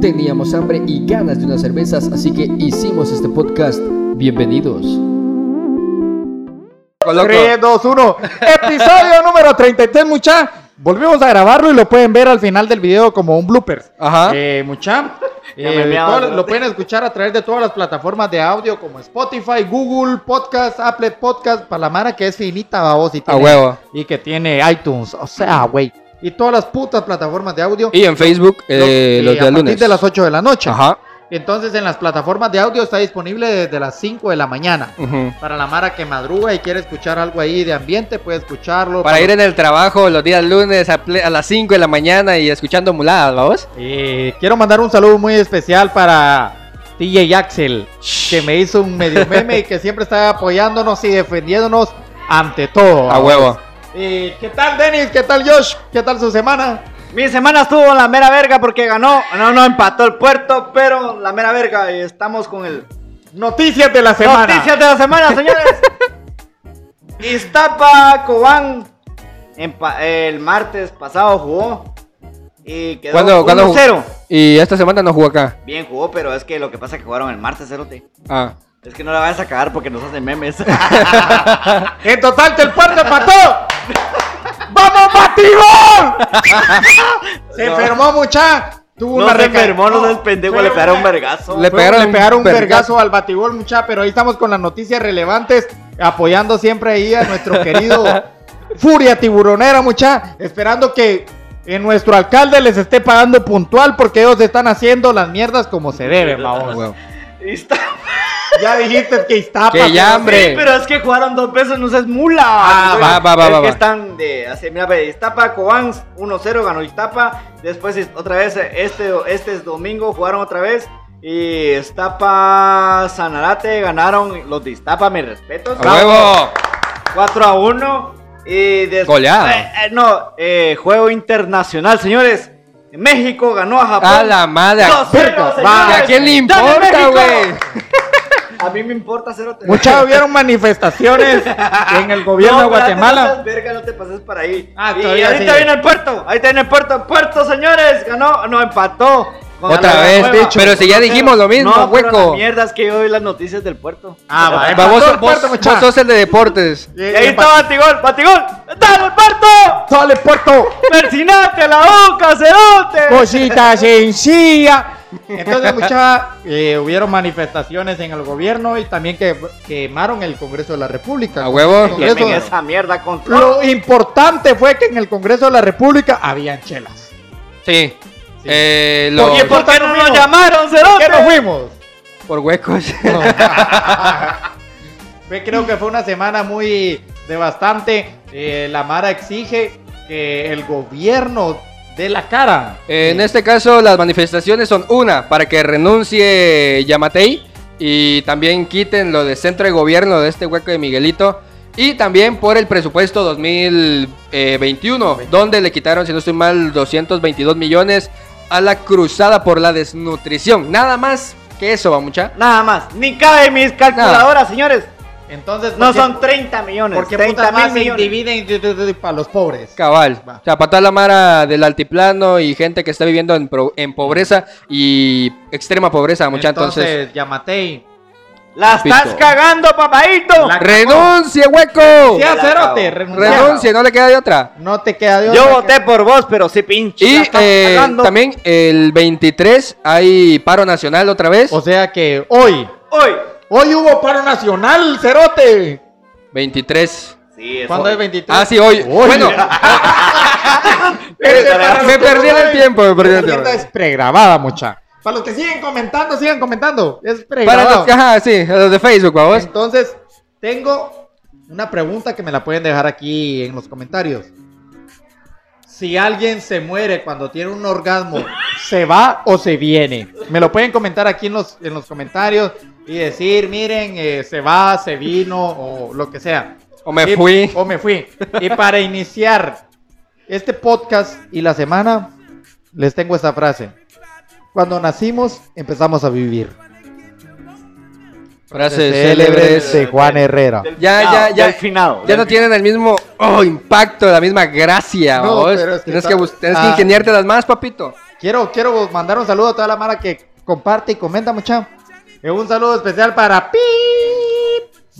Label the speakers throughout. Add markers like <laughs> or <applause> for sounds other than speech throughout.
Speaker 1: Teníamos hambre y ganas de unas cervezas, así que hicimos este podcast. Bienvenidos.
Speaker 2: 3, 2, 1. Episodio número 33, mucha. Volvimos a grabarlo y lo pueden ver al final del video como un blooper.
Speaker 3: Ajá.
Speaker 2: Eh,
Speaker 3: <laughs>
Speaker 2: mucha.
Speaker 3: Ya
Speaker 2: eh,
Speaker 3: me meaba,
Speaker 2: todo-
Speaker 3: ¿verdad?
Speaker 2: lo pueden escuchar a través de todas las plataformas de audio como Spotify, Google Podcast, Apple Podcast, para la mara que es finita, babos. Y,
Speaker 3: A
Speaker 2: tiene-
Speaker 3: huevo.
Speaker 2: y que tiene iTunes. O sea, güey. Y todas las putas plataformas de audio.
Speaker 3: Y en Facebook, eh,
Speaker 2: Lo-
Speaker 3: los
Speaker 2: eh,
Speaker 3: días
Speaker 2: a partir
Speaker 3: lunes.
Speaker 2: de las 8 de la noche.
Speaker 3: Ajá.
Speaker 2: Entonces, en las plataformas de audio está disponible desde las 5 de la mañana.
Speaker 3: Ujú.
Speaker 2: Para la Mara que madruga y quiere escuchar algo ahí de ambiente, puede escucharlo.
Speaker 4: Para ir en el trabajo los días lunes a, ple- a las 5 de la mañana y escuchando muladas, ¿vamos?
Speaker 2: Eh, quiero mandar un saludo muy especial para TJ Axel, que me hizo un medio meme y que siempre está apoyándonos y defendiéndonos ante todo.
Speaker 5: Ah,
Speaker 3: A huevo.
Speaker 2: Eh, ¿Qué tal, Denis? ¿Qué tal, Josh? ¿Qué tal su semana?
Speaker 5: Mi semana estuvo en la mera verga porque ganó. No, no, empató el puerto, pero la mera verga. y Estamos con el.
Speaker 2: Noticias de la semana.
Speaker 5: Noticias de la semana, señores. Iztapa, Cobán. empa- El martes pasado jugó. Y quedó
Speaker 3: ¿Cuándo, cuándo jugó?
Speaker 5: 1-0.
Speaker 3: Y esta semana no jugó acá.
Speaker 5: Bien jugó, pero es que lo que pasa es que jugaron el martes, cerote.
Speaker 3: Ah.
Speaker 5: Es que no la vayas a cagar porque nos hacen memes.
Speaker 2: En total, que el puerto mató. ¡Vamos,
Speaker 5: <laughs>
Speaker 2: Matibor! se enfermó mucha. Tuvo
Speaker 5: <laughs> no
Speaker 2: una
Speaker 5: se
Speaker 2: reca-
Speaker 5: enfermó, no
Speaker 2: Fue
Speaker 5: seas pendejo, le pegaron un
Speaker 2: una-
Speaker 5: vergazo.
Speaker 3: Le-
Speaker 2: Fue-
Speaker 3: pegaron
Speaker 2: le pegaron un
Speaker 3: vergazo.
Speaker 2: vergazo al batibol, mucha, pero ahí estamos con las noticias relevantes, apoyando siempre ahí a nuestro
Speaker 3: <laughs>
Speaker 2: querido Furia Tiburonera, mucha, esperando que eh, nuestro alcalde les esté pagando puntual porque ellos están haciendo las mierdas como
Speaker 3: <laughs>
Speaker 2: se debe,
Speaker 3: a
Speaker 2: vamos.
Speaker 3: huevo.
Speaker 5: Iztapa.
Speaker 2: Ya dijiste que Iztapa.
Speaker 3: Que ya,
Speaker 2: no sé.
Speaker 3: hombre.
Speaker 5: Sí, pero es que jugaron dos veces, no seas mula.
Speaker 3: Ah, va, va, va,
Speaker 5: Es
Speaker 3: va,
Speaker 5: que
Speaker 3: va.
Speaker 5: están de así, mira, ve, Iztapa, Cobán 1-0 ganó Iztapa, después es- otra vez eh, este este es domingo jugaron otra vez y Iztapa Sanarate ganaron los de Iztapa, mis respetos.
Speaker 3: A huevo.
Speaker 5: 4 a 1 y después
Speaker 3: Goleada.
Speaker 5: no, eh, juego internacional, señores. México ganó a Japón.
Speaker 3: A la madre.
Speaker 5: 2-0,
Speaker 3: Va, ¿y
Speaker 5: señores.
Speaker 3: ¿A quién le
Speaker 5: ¡Dale,
Speaker 3: importa,
Speaker 5: México!
Speaker 3: güey?
Speaker 5: A mí me importa 0
Speaker 2: Mucha,
Speaker 3: <laughs>
Speaker 2: hubieron manifestaciones en el gobierno de
Speaker 5: No, espérate,
Speaker 2: Guatemala.
Speaker 5: No, seas verga, no te pases para ahí.
Speaker 2: Ah,
Speaker 5: y
Speaker 2: todavía
Speaker 5: ahorita
Speaker 2: sigue.
Speaker 5: viene el puerto. Ahí viene el puerto. Puerto, señores. Ganó, no empató. con
Speaker 3: Otra
Speaker 5: la
Speaker 3: vez,
Speaker 5: Villanueva.
Speaker 3: dicho. Pero si ya dijimos lo mismo,
Speaker 5: no, pero
Speaker 3: hueco.
Speaker 5: la mierda es que yo vi las noticias del puerto.
Speaker 2: Ah, va,
Speaker 3: Va, vos,
Speaker 2: Empató el
Speaker 3: vos-
Speaker 2: puerto, mucha.
Speaker 3: vos sos el de deportes.
Speaker 2: Y-
Speaker 5: Y
Speaker 2: y
Speaker 5: ahí está
Speaker 2: pa-
Speaker 5: Batigol, Batigol. ¡Dale el puerto!
Speaker 2: ¡Sale, puerto!
Speaker 5: ¡Persinate la boca,
Speaker 2: Pues,
Speaker 5: cerote!
Speaker 2: Cosita sencilla. Entonces, muchas hubieron manifestaciones en el gobierno y también que quemaron el Congreso de la República.
Speaker 3: A huevo.
Speaker 2: Con
Speaker 5: Quemen
Speaker 2: eso-
Speaker 5: esa mierda con todo.
Speaker 2: lo importante fue que en el Congreso de la República habían chelas.
Speaker 3: Sí. Eh, lo-
Speaker 2: Oye,
Speaker 5: ¿Y por qué no nos llamaron,
Speaker 2: ¿Por qué no
Speaker 5: cerote?
Speaker 2: fuimos?
Speaker 3: por huecos. <laughs>
Speaker 2: <laughs> No. Pues Creo que fue una semana muy devastante. Eh, la Mara exige que el gobierno dé la cara.
Speaker 3: En
Speaker 2: Eh,
Speaker 3: este caso, las manifestaciones son una, para que renuncie Yamatei y también quiten lo de centro de gobierno de este hueco de Miguelito. Y también por el presupuesto 2021, donde le quitaron, si no estoy mal, 222 millones a la cruzada por la desnutrición. Nada más que eso, va mucha.
Speaker 5: Nada más. Ni cabe mis calculadoras, señores.
Speaker 2: Entonces,
Speaker 5: No
Speaker 2: ¿por qué-
Speaker 5: son 30 millones.
Speaker 2: Porque
Speaker 5: 30
Speaker 2: putas
Speaker 5: mil
Speaker 2: más se
Speaker 5: millones.
Speaker 2: dividen y- y- y- y para los pobres.
Speaker 3: Cabal.
Speaker 2: Va.
Speaker 3: O sea, para toda la mara del altiplano y gente que está viviendo en, pro- en pobreza y extrema pobreza, mucha. Entonces,
Speaker 2: Entonces, Yamatei.
Speaker 5: La estás
Speaker 3: Pito.
Speaker 5: cagando, papadito.
Speaker 2: La-
Speaker 3: ¡renuncie, hueco!
Speaker 2: Sí, a
Speaker 5: la
Speaker 2: cerote,
Speaker 5: acabo.
Speaker 2: renuncia.
Speaker 3: Renuncie, no le queda de otra.
Speaker 2: No te queda de
Speaker 5: Yo
Speaker 2: otra
Speaker 5: voté por vos, pero sí pinche.
Speaker 3: Y
Speaker 5: la estás
Speaker 3: eh,
Speaker 5: cagando.
Speaker 3: también el 23 hay paro nacional otra vez.
Speaker 2: que- O sea que hoy,
Speaker 5: Hoy.
Speaker 2: hoy hubo paro nacional, cerote.
Speaker 3: 23.
Speaker 5: Sí, es
Speaker 2: ¿Cuándo
Speaker 5: hoy.
Speaker 2: es 23?
Speaker 3: Ah, sí, hoy. Bueno,
Speaker 2: <laughs>
Speaker 3: <laughs> eh,
Speaker 2: Ese para
Speaker 3: me
Speaker 2: los que
Speaker 3: perdí en
Speaker 2: no
Speaker 3: el
Speaker 2: ven,
Speaker 3: tiempo, me perdí en el
Speaker 2: esta
Speaker 3: tiempo.
Speaker 2: es pregrabada, mucha. Para los que siguen comentando, sigan comentando. Es
Speaker 3: para
Speaker 2: pregrabada.
Speaker 3: los, ajá, sí, los de Facebook, vamos.
Speaker 2: Entonces, tengo una pregunta que me la pueden dejar aquí en los comentarios. Si alguien se muere cuando tiene un orgasmo, ¿se va o se viene? Me lo pueden comentar aquí en los, en los comentarios y decir, miren, eh, se va, se vino o lo que sea.
Speaker 3: O me
Speaker 2: Y-
Speaker 3: fui.
Speaker 2: O me fui. Y para iniciar este podcast y la semana, les tengo esta frase. Cuando nacimos, empezamos a vivir.
Speaker 3: Frases
Speaker 2: Célebres
Speaker 3: célebres.
Speaker 2: de Juan Herrera.
Speaker 5: Del
Speaker 3: Ya,
Speaker 5: finado,
Speaker 3: ya, ya.
Speaker 5: del finado.
Speaker 3: Ya no
Speaker 5: Del-
Speaker 3: tienen el mismo oh, impacto, la misma gracia,
Speaker 2: No,
Speaker 3: vamos.
Speaker 2: pero es que
Speaker 3: tienes,
Speaker 2: está-
Speaker 3: que, bus- tienes que
Speaker 2: ah.
Speaker 3: ingeniártelas más, papito.
Speaker 2: Quiero, quiero mandar un saludo a toda la mara que comparte y comenta, mucha. Eh, Un saludo especial para Pi.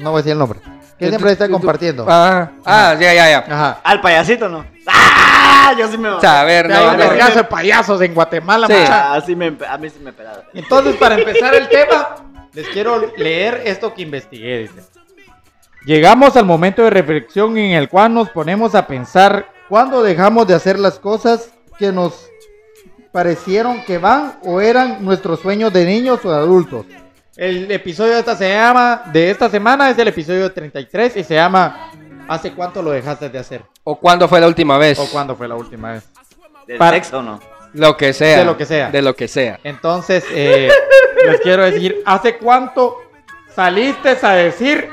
Speaker 2: No voy a decir el nombre. Que siempre está compartiendo.
Speaker 3: Ah, ah, ya, ya, ya.
Speaker 2: Ajá.
Speaker 5: Al payasito, ¿no? ¡Ah! Yo sí me...
Speaker 3: O sea, a ver,
Speaker 2: Te hay
Speaker 3: no,
Speaker 2: un
Speaker 3: no.
Speaker 2: vergazo de payasos en Guatemala,
Speaker 3: Sí.
Speaker 2: mucha.
Speaker 5: Ah, sí me... A mí sí me pelaba.
Speaker 2: Entonces, para empezar el tema, les quiero leer esto que investigué. dice. Llegamos al momento de reflexión en el cual nos ponemos a pensar cuándo dejamos de hacer las cosas que nos parecieron que van o eran nuestros sueños de niños o de adultos. El episodio de esta, se llama, de esta semana es el episodio 33 y se llama ¿Hace cuánto lo dejaste de hacer?
Speaker 3: ¿O cuándo fue la última vez?
Speaker 2: ¿O cuándo fue la última vez?
Speaker 5: ¿Del
Speaker 2: Para-
Speaker 5: sexo no?
Speaker 3: Lo que sea.
Speaker 2: De lo que sea.
Speaker 3: De lo que sea.
Speaker 2: Entonces, eh, les quiero decir, ¿hace cuánto saliste a decir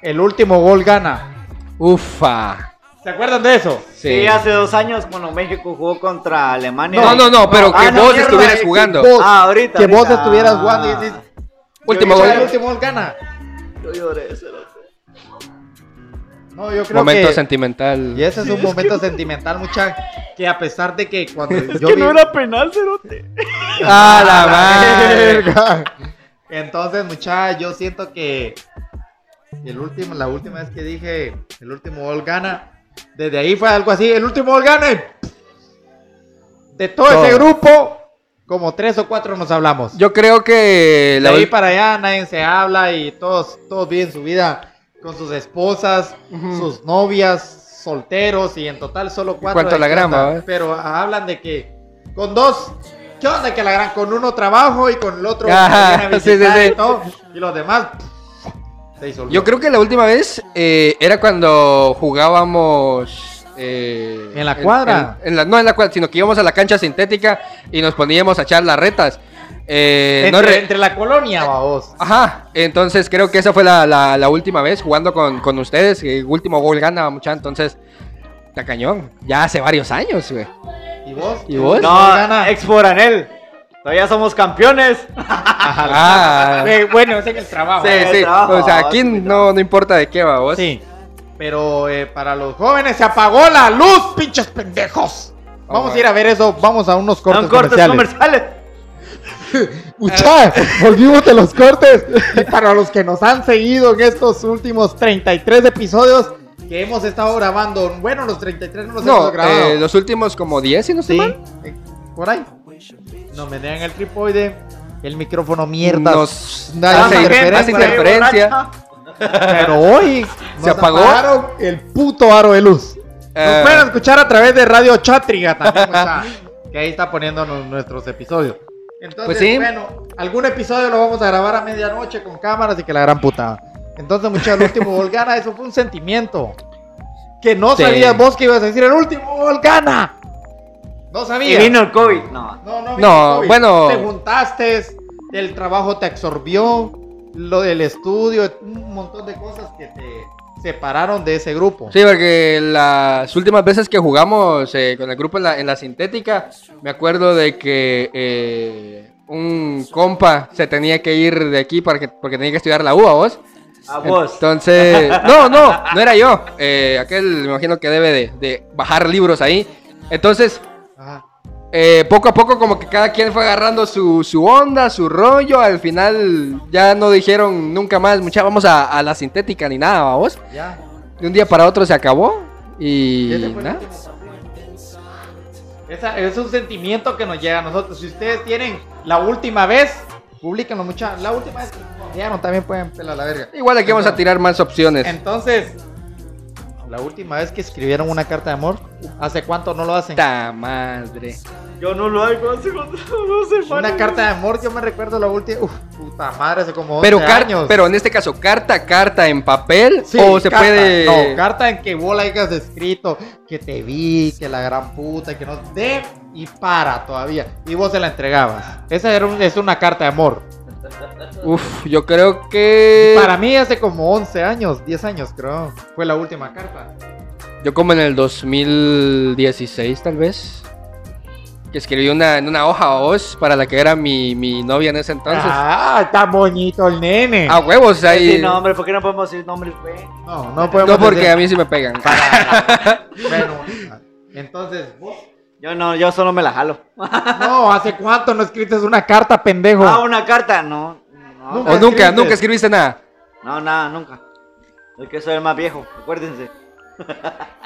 Speaker 2: el último gol gana?
Speaker 3: Ufa.
Speaker 2: ¿Se acuerdan de eso?
Speaker 5: Sí, hace dos años cuando México jugó contra Alemania.
Speaker 3: No, no, no, pero
Speaker 5: Ah,
Speaker 3: que
Speaker 5: no,
Speaker 3: vos
Speaker 5: mierda,
Speaker 3: estuvieras
Speaker 5: eh,
Speaker 3: jugando.
Speaker 2: vos-
Speaker 5: Ah, ahorita.
Speaker 2: que vos
Speaker 5: ahorita.
Speaker 2: estuvieras jugando y decís,
Speaker 3: Último
Speaker 2: yo dije,
Speaker 3: gol.
Speaker 2: El último gol gana.
Speaker 5: Yo lloré, cerote.
Speaker 2: No, yo creo
Speaker 3: Momento
Speaker 2: que...
Speaker 3: sentimental.
Speaker 2: Y ese es un momento sentimental, mucha, que a pesar de que cuando
Speaker 5: Es
Speaker 2: yo
Speaker 5: que
Speaker 2: vi-
Speaker 5: no era penal, cerote.
Speaker 3: Ah, la madre.
Speaker 2: Entonces, mucha, yo siento que el último, la última vez que dije el último gol gana, desde ahí fue algo así, el último gol gana. y De todo, ese
Speaker 3: Todo.
Speaker 2: grupo, como tres o cuatro nos hablamos.
Speaker 3: Yo creo que
Speaker 2: de
Speaker 3: la
Speaker 2: ahí
Speaker 3: ul-
Speaker 2: para allá nadie se habla y todos, todos viven su vida con sus esposas, sus novias, solteros y en total solo cuatro.
Speaker 3: cuanto a la
Speaker 2: de
Speaker 3: grama,
Speaker 2: casa.
Speaker 3: ¿verdad?
Speaker 2: Pero hablan de que con dos, ¿qué onda que la gran? Con uno trabajo y con el otro
Speaker 3: Ajá,
Speaker 2: me viene
Speaker 3: <laughs>
Speaker 2: a
Speaker 3: sí, sí,
Speaker 2: visitar
Speaker 3: sí.
Speaker 2: Y, todo, y los demás se disolvió.
Speaker 3: Yo creo que la última vez eh, era cuando jugábamos. eh,
Speaker 2: En la cuadra.
Speaker 3: en- en la- no en la cuadra, sino que íbamos a la cancha sintética y nos poníamos a echar las retas. Eh,
Speaker 2: entre,
Speaker 3: no re-
Speaker 2: entre la colonia, babos.
Speaker 3: Ajá, entonces creo que esa fue la, la- la última vez jugando con, con ustedes. y último gol gana, mucha. Entonces, está cañón. Ya hace varios años, güey.
Speaker 2: ¿Y vos?
Speaker 3: ¿Y vos?
Speaker 5: No,
Speaker 2: gana.
Speaker 5: ex Foranel. Todavía somos campeones.
Speaker 2: <laughs>
Speaker 3: Ah,
Speaker 2: Eh, bueno, es en el trabajo.
Speaker 3: sí, sí.
Speaker 5: trabajo,
Speaker 3: O sea, aquí
Speaker 5: cuidado.
Speaker 3: no, no importa de qué va vos.
Speaker 2: Sí. pues. Pero eh, para los jóvenes se apagó la luz, pinches pendejos.
Speaker 3: Oh,
Speaker 2: Vamos a ir a ver eso, vamos a unos cortes
Speaker 5: Son cortes
Speaker 2: comerciales.
Speaker 5: comerciales.
Speaker 3: Ah.
Speaker 2: Mucha, volvimos de los
Speaker 3: <laughs>
Speaker 2: cortes. Y para los que nos han seguido en estos últimos 33 episodios que hemos estado grabando, bueno, los 33 no los
Speaker 3: No,
Speaker 2: hemos grabado.
Speaker 3: eh, los últimos como 10, si no estoy
Speaker 2: Sí,
Speaker 3: mal.
Speaker 2: eh, por ahí. Nos menean el tripoide, el micrófono mierda.
Speaker 3: Nos
Speaker 2: Nada,
Speaker 3: hace-
Speaker 2: interferencia.
Speaker 3: hace interferencia.
Speaker 2: Pero hoy
Speaker 3: <laughs> ¿Se
Speaker 2: nos
Speaker 3: apagó?
Speaker 2: apagaron el puto aro de luz.
Speaker 3: Eh.
Speaker 2: Nos pueden escuchar a través de Radio
Speaker 3: <laughs>
Speaker 2: Chátriga también, o sea, que ahí está poniendo nu- nuestros episodios. Entonces,
Speaker 3: Pues sí.
Speaker 2: bueno, algún episodio lo vamos a grabar a medianoche con cámaras y que la gran putada. Entonces, muchachos,
Speaker 3: <laughs>
Speaker 2: el último gol gana, eso fue un sentimiento. Que no
Speaker 3: Sí.
Speaker 2: sabías vos que ibas a decir el último gol gana. No
Speaker 5: Y
Speaker 2: sabías.
Speaker 5: vino el COVID. No.
Speaker 2: No, no,
Speaker 3: No,
Speaker 2: vino COVID.
Speaker 3: bueno.
Speaker 2: Te juntaste, el trabajo te absorbió, lo del estudio, un montón de cosas que te separaron de ese grupo.
Speaker 3: Sí, porque las últimas veces que jugamos eh, con el grupo en la, en la sintética, me acuerdo de que eh, un compa se tenía que ir de aquí porque, porque tenía que estudiar la U a vos.
Speaker 5: A vos. <laughs>
Speaker 3: Entonces, no, no, no era yo. Eh, aquel me imagino que debe de, de bajar libros ahí. Entonces,
Speaker 2: Ajá.
Speaker 3: eh, poco a poco como que cada quien fue agarrando su, su onda, su rollo. Al final ya no dijeron nunca más, mucha, vamos a, a la sintética ni nada, ¿va vos.
Speaker 2: Ya.
Speaker 3: De un día para otro se acabó y
Speaker 2: Ese fue el
Speaker 3: nada.
Speaker 2: último. Esa- es un sentimiento que nos llega a nosotros. Si ustedes tienen la última vez, publiquenlo mucha. La última vez que llegaron también pueden pelar la verga.
Speaker 3: Igual aquí vamos a tirar más opciones.
Speaker 2: Entonces, la última vez que escribieron una carta de amor, ¿hace cuánto no lo hacen?
Speaker 3: Puta madre.
Speaker 5: Yo no lo hago. así, No <laughs> no sé,
Speaker 2: Una
Speaker 5: mano.
Speaker 2: carta de amor, yo me recuerdo la última. Uf, puta madre, hace como 11
Speaker 3: Pero, car-
Speaker 2: años.
Speaker 3: pero en este caso, carta, carta en papel
Speaker 2: Sí,
Speaker 3: o se
Speaker 2: carta,
Speaker 3: puede...
Speaker 2: No, carta en que vos la hayas escrito, que te vi, que la gran puta, que no. De y para todavía. Y vos se la entregabas. Esa era un- es una carta de amor.
Speaker 3: Uf, yo creo que...
Speaker 2: Para mí, hace como 11 años, 10 años, creo. Fue la última carta.
Speaker 3: Yo como en el 2016 tal vez. Que escribí una, en una hoja os para la que era mi, mi novia en ese entonces. Ah,
Speaker 2: ah, está bonito el nene.
Speaker 3: huevos, ahí...
Speaker 5: Sí, no, hombre, ¿por qué no podemos decir nombres, güey?
Speaker 2: No, no podemos.
Speaker 3: no porque
Speaker 2: decir-
Speaker 3: a mí sí me pegan.
Speaker 2: Bueno, entonces vos
Speaker 5: Yo no, yo solo me la jalo.
Speaker 2: No, ¿hace cuánto no escribes una carta, pendejo?
Speaker 5: Ah, una carta, no. No,
Speaker 3: O nunca,
Speaker 2: escribiste.
Speaker 3: nunca escribiste nada.
Speaker 5: no nada, nunca. Es que soy el más viejo, acuérdense.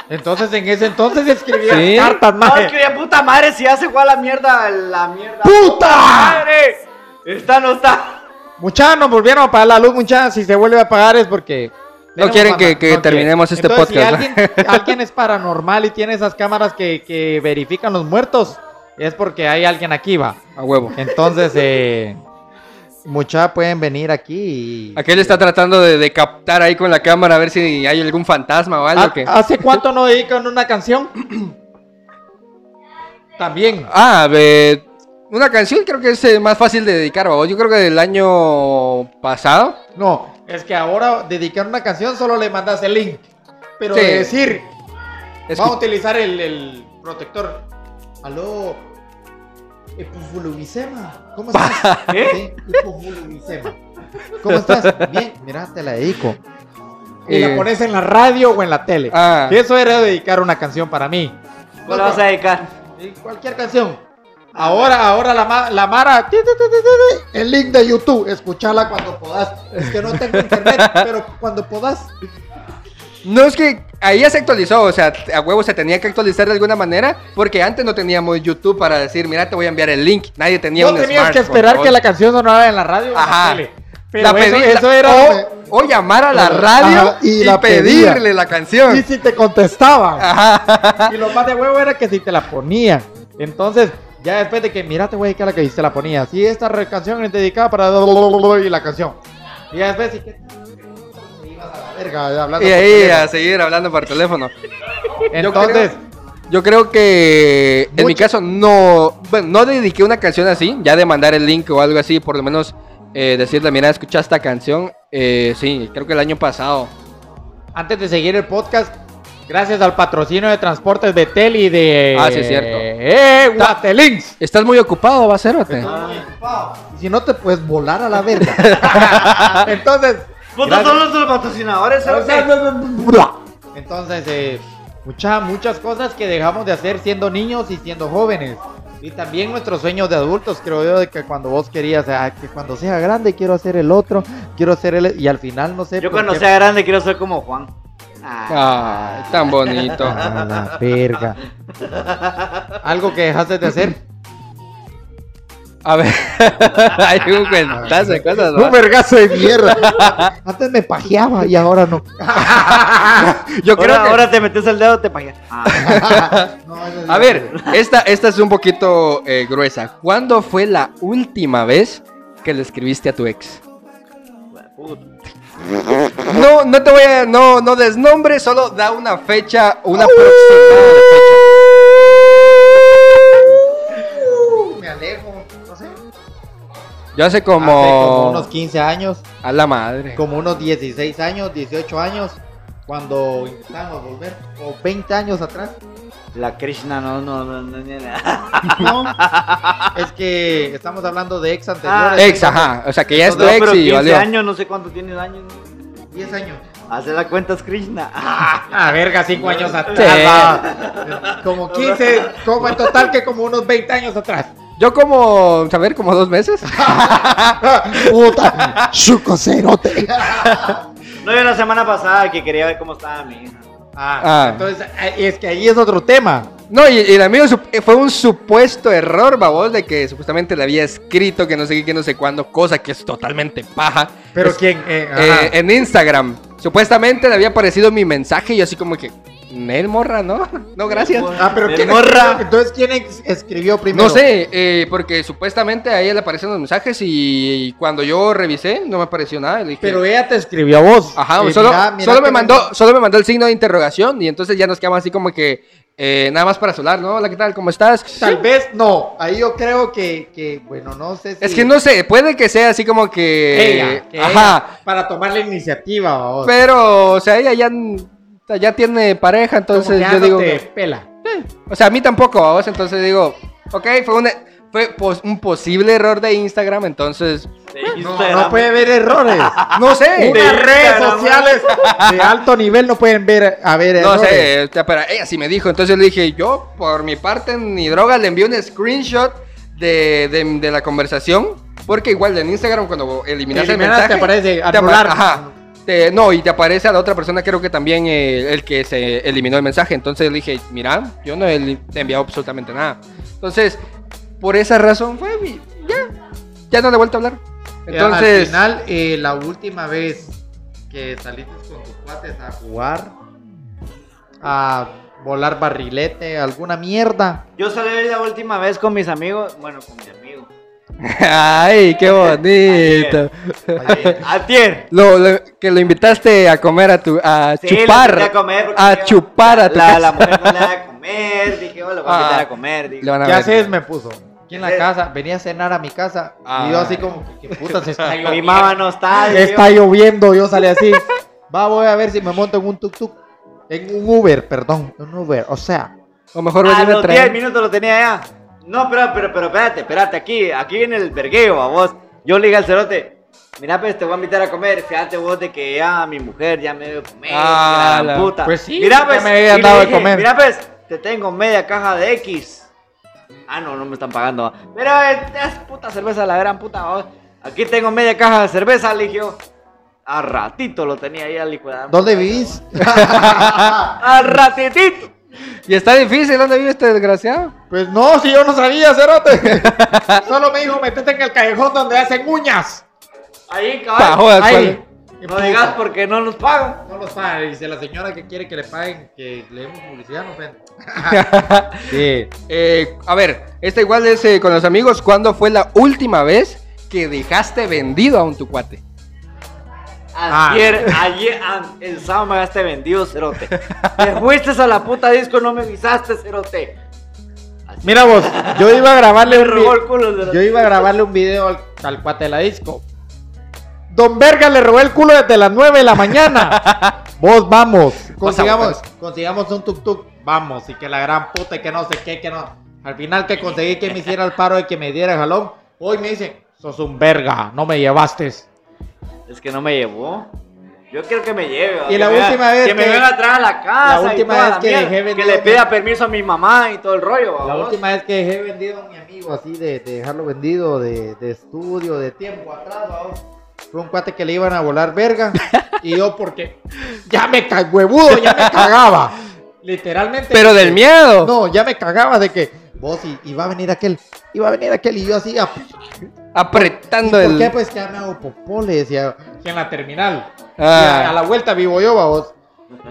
Speaker 2: Entonces, en ese entonces escribías
Speaker 3: Sí.
Speaker 2: cartas,
Speaker 5: No,
Speaker 2: maje.
Speaker 5: es que de puta madre, si hace igual la mierda, la mierda.
Speaker 2: ¡Puta!
Speaker 5: ¡Madre! Esta no está.
Speaker 2: Muchachos, nos volvieron a apagar la luz, muchachos. Si se vuelve a apagar es porque.
Speaker 3: No
Speaker 2: Tenemos
Speaker 3: quieren que-
Speaker 2: fama,
Speaker 3: que
Speaker 2: quieren.
Speaker 3: terminemos este
Speaker 2: Entonces,
Speaker 3: podcast,
Speaker 2: Si
Speaker 3: <laughs>
Speaker 2: alguien, alguien es paranormal y tiene esas cámaras que, que verifican los muertos, es porque hay alguien aquí, va.
Speaker 3: A huevo.
Speaker 2: Entonces, eh, mucha pueden venir aquí. y-
Speaker 3: Aquel está tratando de, de captar ahí con la cámara a ver si hay algún fantasma o algo
Speaker 2: ¿Ha-
Speaker 3: que.
Speaker 2: ¿Hace cuánto no dedican una canción? También.
Speaker 3: Ah, ve, una canción creo que es eh, más fácil de dedicar, babos. Yo creo que del año pasado.
Speaker 2: No, es que ahora dedicar una canción solo le mandas el link. Pero
Speaker 3: Sí.
Speaker 2: de decir,
Speaker 3: escu-
Speaker 2: vamos a utilizar el, el protector. Aló, hipofulubicema,
Speaker 3: <laughs>
Speaker 2: ¿cómo estás?
Speaker 3: ¿Eh?
Speaker 5: ¿Qué?
Speaker 2: Sí, hipofulubicema. ¿Cómo estás? Bien, mira, te la dedico. Y
Speaker 3: Eh.
Speaker 2: la pones en la radio o en la tele.
Speaker 3: Ah.
Speaker 2: Y eso era dedicar una canción para mí.
Speaker 5: ¿Cuál vas a dedicar?
Speaker 2: Y Cualquier canción. Ahora, ahora la, ma- la Mara. ti, ti, ti, ti, ti, ti, El link de YouTube. Escuchala cuando podás. Es que no tengo internet,
Speaker 3: <laughs>
Speaker 2: pero cuando podás.
Speaker 3: No es que ahí ya se actualizó, o sea, a huevo se tenía que actualizar de alguna manera, porque antes no teníamos YouTube para decir, mira, te voy a enviar el link. Nadie tenía
Speaker 2: No
Speaker 3: un
Speaker 2: tenías que
Speaker 3: smartphone,
Speaker 2: esperar
Speaker 3: babos.
Speaker 2: que la canción sonara en la radio. o en
Speaker 3: Ajá.
Speaker 2: La tele. Pero
Speaker 3: La
Speaker 2: eso,
Speaker 3: pedí-
Speaker 2: eso
Speaker 3: la-
Speaker 2: era. Ah,
Speaker 3: o, o llamar a la
Speaker 2: Ajá,
Speaker 3: radio
Speaker 2: y
Speaker 3: y,
Speaker 2: la pedía.
Speaker 3: pedirle la
Speaker 2: Y
Speaker 3: canción.
Speaker 2: si te contestaban. Y lo más de huevo era que si te la ponían. Entonces, ya después de que miraste, güey, que la que hiciste la ponía. Sí, esta re- canción es dedicada para. Y la canción. Y ya después, sí que. te ibas a la verga, hablando
Speaker 3: Y
Speaker 2: por
Speaker 3: ahí
Speaker 2: teléfono.
Speaker 3: a seguir hablando por teléfono.
Speaker 2: Entonces,
Speaker 3: Yo creo que en
Speaker 2: Mucho.
Speaker 3: mi caso no, bueno, no dediqué una canción así, ya de mandar el link o algo así, por lo menos eh, decirle, mira, escucha esta canción, eh, sí, creo que el año pasado.
Speaker 2: antes de seguir el podcast, gracias al patrocinio de transportes de Tel y de.
Speaker 3: Ah, sí, es cierto.
Speaker 2: ¡Eh, Guatelinks!
Speaker 3: Estás muy ocupado, va a ser,
Speaker 2: Y Si no te puedes volar
Speaker 1: <laughs>
Speaker 2: a la verga. Entonces.
Speaker 5: Puta,
Speaker 2: gracias.
Speaker 5: son nuestros patrocinadores, ¿sabes qué?
Speaker 2: Entonces, eh, mucha- muchas cosas que dejamos de hacer siendo niños y siendo jóvenes. Y también nuestros sueños de adultos, creo yo, de que cuando vos querías, ah, que cuando sea grande quiero hacer el otro, quiero hacer el... Y al final no sé...
Speaker 5: Yo
Speaker 2: por
Speaker 5: cuando
Speaker 2: qué-
Speaker 5: sea grande quiero ser como Juan. Ah,
Speaker 3: Ay, tan bonito.
Speaker 2: A la verga. Algo que dejaste de hacer.
Speaker 3: A ver, <laughs> hay un cuentazo de cosas. ¿va?
Speaker 1: <laughs> Un vergazo de mierda.
Speaker 2: <laughs> Antes me pajeaba y ahora no.
Speaker 3: Yo creo
Speaker 5: ahora,
Speaker 3: que...
Speaker 5: ahora te metes el dedo, te Ah, pagas.
Speaker 3: A ver, esta, esta es un poquito eh, gruesa. ¿Cuándo fue la última vez que le escribiste a tu ex? No, no te voy a. No, no des nombre, solo da una fecha, una aproximada de fecha.
Speaker 2: Me alejo, no sé.
Speaker 3: Yo hace
Speaker 2: Como...
Speaker 3: como.
Speaker 2: unos 15 años,
Speaker 3: A la madre.
Speaker 2: como unos 16 años, 18 años, cuando intentamos volver, o 20 años atrás.
Speaker 5: La Krishna no, no, no, no, no, no.
Speaker 2: <laughs> No,
Speaker 3: Ah.
Speaker 2: es que estamos hablando de ex
Speaker 5: Ah,
Speaker 2: anteriores.
Speaker 3: Ex, ajá. O sea que ya es tu
Speaker 5: No,
Speaker 3: ex
Speaker 5: pero
Speaker 3: y
Speaker 5: 15
Speaker 3: valió.
Speaker 5: años, no sé cuánto tienes años.
Speaker 2: 10 años.
Speaker 5: Hacer la cuenta es Krishna. <laughs>
Speaker 2: Ah, verga, 5 años
Speaker 3: Sí.
Speaker 2: atrás. Como 15, como en total que como unos 20
Speaker 3: <laughs>
Speaker 2: años atrás.
Speaker 3: Yo como. A ver, como dos meses. Ah.
Speaker 1: Puta, chuco cerote.
Speaker 5: No, yo la semana pasada que quería ver cómo estaba mi hija.
Speaker 2: Ah,
Speaker 3: Ah.
Speaker 2: entonces eh, es que ahí es otro tema.
Speaker 3: No, y, y el amigo sup- eh, fue un supuesto error, babos, de que supuestamente le había escrito que no sé qué, que no sé cuándo, cosa que es totalmente paja.
Speaker 2: Pero
Speaker 3: Es-
Speaker 2: quién, eh,
Speaker 3: eh, en Instagram. Supuestamente le había aparecido mi mensaje y yo así como que. Nel morra, ¿no? <laughs> No, gracias.
Speaker 2: ajá. ah, pero
Speaker 5: de
Speaker 2: quién
Speaker 5: morra.
Speaker 2: Entonces quién ex- escribió primero.
Speaker 3: No sé, eh, porque supuestamente a ella le aparecen los mensajes y, cuando yo revisé no me apareció nada. y le dije,
Speaker 2: Pero ella te escribió a vos.
Speaker 3: ajá,
Speaker 2: Eh,
Speaker 3: solo,
Speaker 2: mira, mira
Speaker 3: solo me
Speaker 2: que-
Speaker 3: mandó, solo me mandó el signo de interrogación y entonces ya nos quedamos así como que eh, nada más para solar, ¿no? Hola, ¿qué tal? ¿Cómo estás?
Speaker 2: Tal vez no. Ahí yo creo que, que bueno, no sé. si-
Speaker 3: Es que no sé, puede que sea así como que,
Speaker 2: Ella, que
Speaker 3: ajá,
Speaker 2: ella, para tomar la iniciativa. babos.
Speaker 3: pero o sea ella ya, ya tiene pareja,
Speaker 2: Como
Speaker 3: entonces
Speaker 2: que
Speaker 3: yo
Speaker 2: ya no
Speaker 3: digo,
Speaker 2: te pela.
Speaker 3: O sea, a mí tampoco, vamos, entonces digo, ok, fue un, fue pos- un posible error de Instagram, entonces
Speaker 5: Sí.
Speaker 2: No, no puede ver errores. ah,
Speaker 3: No sé.
Speaker 5: De
Speaker 2: Unas redes
Speaker 5: Instagram.
Speaker 2: sociales de alto nivel no pueden ver a ver
Speaker 3: No
Speaker 2: errores.
Speaker 3: sé, este, pero ella sí me dijo. Entonces le dije, yo por mi parte ni droga le envié un screenshot de, de- de la conversación. Porque igual en Instagram cuando eliminas el
Speaker 2: Eliminas,
Speaker 3: mensaje...
Speaker 2: te aparece
Speaker 3: apa-
Speaker 2: anular.
Speaker 3: ajá. Te- no, y te aparece a la otra persona, creo que también eh, el que se eliminó el mensaje. Entonces le dije, mira, yo no he te he enviado absolutamente nada. Entonces, por esa razón fue y ya. Ya no le he vuelto a hablar.
Speaker 2: Entonces, Eh, al
Speaker 3: Entonces...
Speaker 2: final, eh, la última vez que saliste con tus cuates a jugar, a volar barrilete,
Speaker 3: <laughs>
Speaker 2: alguna mierda.
Speaker 5: Yo salí la última vez con mis amigos, bueno, con mi amigo.
Speaker 3: <laughs> Ay,
Speaker 2: <laughs>
Speaker 3: qué bonito.
Speaker 5: Ayer. Antier.
Speaker 3: Lo, lo- que lo invitaste a comer a tu a
Speaker 5: Sí,
Speaker 3: chupar
Speaker 5: lo invité a comer porque
Speaker 3: a
Speaker 5: yo-
Speaker 3: chupar a tu
Speaker 5: la,
Speaker 3: casa.
Speaker 5: la mujer no le da a comer, dije, oh, lo voy a invitar
Speaker 3: Ah.
Speaker 5: a comer. Dije.
Speaker 3: Le van a
Speaker 2: ¿Qué
Speaker 3: ver.
Speaker 2: haces? Me puso. Aquí en la
Speaker 5: ¿Qué haces?
Speaker 2: casa, venía a cenar a mi casa.
Speaker 3: Ah.
Speaker 2: Y yo así como, que "¿Qué puta se
Speaker 5: <laughs>
Speaker 2: está
Speaker 5: Mi
Speaker 2: lloviendo?
Speaker 5: mamá no está. dije,
Speaker 2: Está lloviendo, yo salí así. Va, voy a ver si me monto en un tuk-tuk. En un Uber, perdón. Un Uber, o sea.
Speaker 3: O mejor
Speaker 5: A
Speaker 3: venir a
Speaker 5: los 10
Speaker 3: traer.
Speaker 5: minutos lo tenía ya. No, pero, pero, pero, espérate, espérate, aquí, aquí viene el vergueo, a vos. Yo le dije al cerote, mira, pues te voy a invitar a comer, fíjate vos de que ya mi mujer ya me dio de comer,
Speaker 3: Ah,
Speaker 5: que la gran
Speaker 3: la-
Speaker 5: puta.
Speaker 2: pues sí,
Speaker 5: mira,
Speaker 2: ya
Speaker 5: pues,
Speaker 2: me había
Speaker 5: y le
Speaker 2: dado de
Speaker 5: dije,
Speaker 2: comer.
Speaker 5: Mira, pues, te tengo media caja de X. Ah, no, no me están pagando. ah. Mira, eh, es puta cerveza, la gran puta, vos. Aquí tengo media caja de cerveza, le dije yo. A ratito lo tenía ahí al licuador.
Speaker 2: ¿Dónde vivís?
Speaker 5: A ratitito.
Speaker 3: Y está difícil, ¿dónde vive este desgraciado?
Speaker 2: Pues no, si yo no sabía,
Speaker 5: <laughs>
Speaker 2: cerote. Solo me dijo, metete en el callejón donde hacen uñas.
Speaker 5: Ahí,
Speaker 3: Pa,
Speaker 5: cabrón.
Speaker 3: jodas,
Speaker 2: Ahí.
Speaker 3: cuál-
Speaker 5: No digas porque no nos pagan.
Speaker 2: No los paga, dice la señora que quiere que le paguen, que le demos publicidad, <laughs> no ven.
Speaker 3: Sí. Eh, a ver, esta igual es eh, con los amigos. ¿Cuándo fue la última vez que dejaste vendido a un tu cuate?
Speaker 2: Ah.
Speaker 5: Ayer, ayer, an- el sábado me gasté vendido, cerote. Te fuiste a la puta disco, no me avisaste, cerote.
Speaker 2: Mira vos, yo iba a grabarle
Speaker 5: Me
Speaker 2: un
Speaker 5: robó el
Speaker 2: video.
Speaker 5: culo, cerote.
Speaker 2: Ah, Yo iba a grabarle un video al, al cuate de la disco. Don Verga le robé el culo desde las 9 de la mañana. Vos vamos. Consigamos, consigamos un tuk tuk. Vamos. Y que la gran puta y que no sé qué, que no. Al final que conseguí que me hiciera el paro y que me diera el jalón. Hoy me dice, sos un verga, no me llevaste.
Speaker 5: Es que no me llevó. Yo quiero que me lleve.
Speaker 2: Y
Speaker 5: que
Speaker 2: la
Speaker 5: me
Speaker 2: última
Speaker 5: vea-
Speaker 2: vez
Speaker 5: que me
Speaker 2: que-
Speaker 5: venga atrás a la casa.
Speaker 2: la
Speaker 5: y
Speaker 2: última
Speaker 5: toda
Speaker 2: vez
Speaker 5: la
Speaker 2: que
Speaker 5: mierda,
Speaker 2: dejé vendido-
Speaker 5: le pida permiso a mi mamá y todo el rollo.
Speaker 2: La
Speaker 5: babos.
Speaker 2: última vez que dejé vendido a mi amigo, así de, de dejarlo vendido, de, de estudio, de tiempo atrás, babos, fue un cuate que le iban a
Speaker 3: <laughs>
Speaker 2: volar verga. y yo, porque ya me cagüebudo, ya me cagaba. Literalmente.
Speaker 3: Pero del miedo.
Speaker 2: No, ya me cagaba de que vos y, y va a venir aquel, y va a venir aquel, y yo así. ah, ¿Y
Speaker 3: Apretando
Speaker 2: por
Speaker 3: el.
Speaker 2: qué? Pues que ya me hago popó, le decía. Y en la terminal.
Speaker 3: Ah.
Speaker 2: Y a, a la vuelta vivo yo, babos.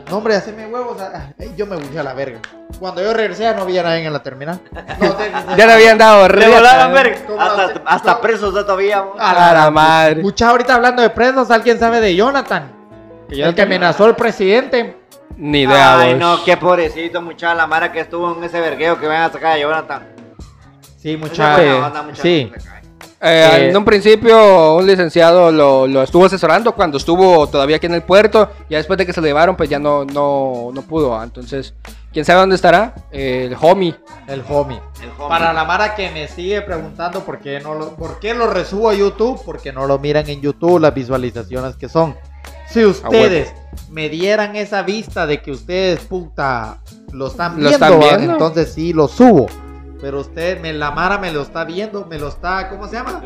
Speaker 2: No, hombre, haceme huevos. ah, ah, Yo me buché a la verga. Cuando yo regresé, ya no había nadie en la terminal. No, te-
Speaker 3: <laughs>
Speaker 5: Pues,
Speaker 3: Ya le habían dado
Speaker 5: Le
Speaker 3: riata.
Speaker 5: volaron, verga.
Speaker 2: ¿Cómo hace-
Speaker 5: Hasta, hasta
Speaker 2: cómo-
Speaker 5: presos da todavía. babos.
Speaker 2: Ah,
Speaker 3: A la madre.
Speaker 2: Mucha ahorita hablando de presos, ¿alguien sabe de Jonathan? el que amenazó al presidente.
Speaker 3: Ni idea.
Speaker 5: Ay,
Speaker 3: vos.
Speaker 5: no, qué pobrecito, muchacha, la mara que estuvo en ese vergueo que van a sacar a Jonathan.
Speaker 2: Sí,
Speaker 5: Esa
Speaker 2: mucha.
Speaker 5: buena onda, muchacha,
Speaker 2: Sí.
Speaker 5: que se cae.
Speaker 3: Eh,
Speaker 2: Eh,
Speaker 3: en un principio un licenciado lo, lo estuvo asesorando cuando estuvo todavía aquí en el puerto, ya después de que se lo llevaron pues ya no, no, no pudo, ah, entonces quién sabe dónde estará, Eh, el homie.
Speaker 2: El homie.
Speaker 5: El homie.
Speaker 2: Para la Mara que me sigue preguntando por qué, no lo, por qué lo resubo a YouTube, porque no lo miran en YouTube las visualizaciones que son.
Speaker 3: Ah,
Speaker 2: Si ustedes me dieran esa vista de que ustedes, puta, lo están
Speaker 3: Lo
Speaker 2: viendo,
Speaker 3: están
Speaker 2: ¿va?
Speaker 3: viendo.
Speaker 2: entonces sí lo subo. Pero usted, me, la Mara me lo está viendo, me lo está, ¿cómo se
Speaker 3: <laughs>
Speaker 2: llama?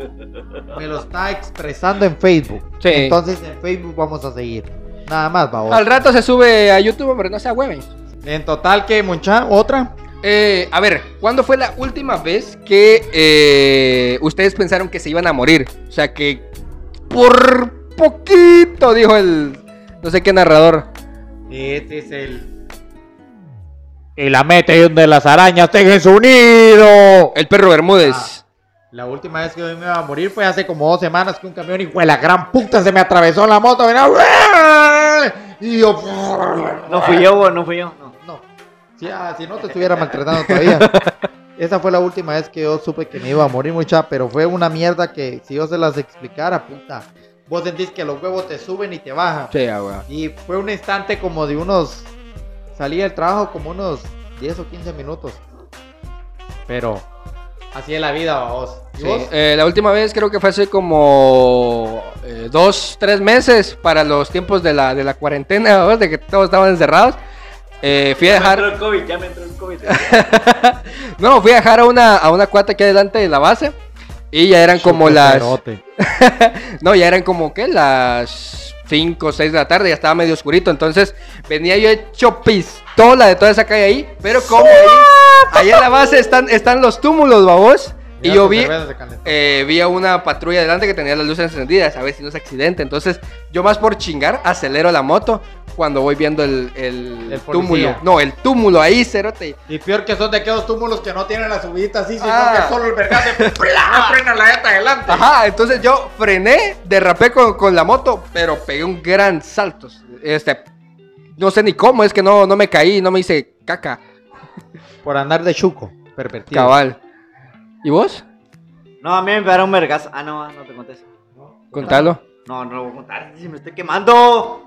Speaker 2: Me lo está expresando en Facebook.
Speaker 3: Sí.
Speaker 2: Entonces en Facebook vamos a seguir. Nada más, vamos.
Speaker 3: Al rato se sube a YouTube, pero no se hueven.
Speaker 2: En total, que mucha, otra.
Speaker 3: Eh, a ver, ¿cuándo fue la última vez que eh, ustedes pensaron que se iban a morir? O sea que por poquito, dijo el no sé qué narrador.
Speaker 2: Este es el. Y la mete donde las arañas tengan su nido.
Speaker 3: El perro Bermúdez.
Speaker 2: Ah. La última vez que yo me iba a morir fue hace como dos semanas que un camión, hijo de la gran puta, se me atravesó en la moto. mira, Y yo.
Speaker 5: No fui yo, bo, no fui yo. No.
Speaker 2: No. Si, ah, si no te estuviera maltratando todavía. Esa fue la última vez que yo supe que me iba a morir mucha, pero fue una mierda que si yo se las explicara, puta. Vos sentís que los huevos te suben y te bajan.
Speaker 3: Sí, ah, weón.
Speaker 2: Y fue un instante como de unos. Salí del trabajo como unos 10 o 15 minutos. Pero Así es la vida, vos. ¿Y
Speaker 3: Sí,
Speaker 2: vos?
Speaker 3: eh, la última vez creo que fue hace como eh, dos, tres meses para los tiempos de la, de la cuarentena, <laughs> ¿vamos? de que todos estaban encerrados. Eh, fui a
Speaker 5: Ya me
Speaker 3: dejar,
Speaker 5: entró el COVID, ya me entró el COVID.
Speaker 3: no, fui a dejar a una, a una cuata aquí adelante de la base y ya eran como las,
Speaker 2: Chupeterote.
Speaker 3: no, ya eran como que las 5 o 6 de la tarde, ya estaba medio oscurito, entonces venía yo hecho pistola de toda esa calle ahí, pero como ahí, ahí en la base están, están los túmulos, babos, y
Speaker 2: Mira,
Speaker 3: yo
Speaker 2: tus
Speaker 3: vi,
Speaker 2: cervezas se calentaron.
Speaker 3: eh, vi a una patrulla adelante que tenía las luces encendidas, a ver si no es accidente. Entonces, yo más por chingar, acelero la moto cuando voy viendo el, el
Speaker 2: El policía.
Speaker 3: túmulo. No, el túmulo ahí, cerote.
Speaker 2: Y peor que son de aquellos túmulos que no tienen la subida así, sino
Speaker 3: Ah.
Speaker 2: que solo el vergazo ¡plá! frena la gata adelante.
Speaker 3: Ajá, entonces yo frené, derrapé con, con la moto, pero pegué un gran salto. Este, no sé ni cómo, es que no, no me caí, no me hice caca,
Speaker 2: Por andar de chuco, pervertido.
Speaker 3: cabal. ¿Y vos?
Speaker 5: No, a mí me pegaron un vergazo. Ah, no, no te contesto.
Speaker 3: Contalo.
Speaker 5: No, no lo voy a contar. Si me estoy quemando.